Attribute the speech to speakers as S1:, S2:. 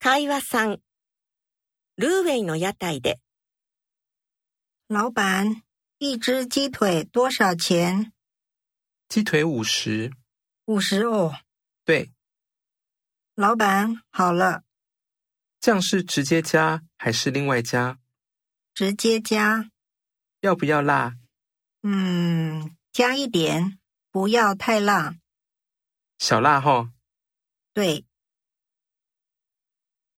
S1: 会話さん。ルーウェイの屋台で
S2: 老板，一只鸡腿多少钱？
S3: 鸡腿五十，
S2: 五十哦。
S3: 对，
S2: 老板，好了，
S3: 酱是直接加还是另外加？
S2: 直接加。
S3: 要不要辣？
S2: 嗯，加一点，不要太辣。
S3: 小辣吼。
S2: 对，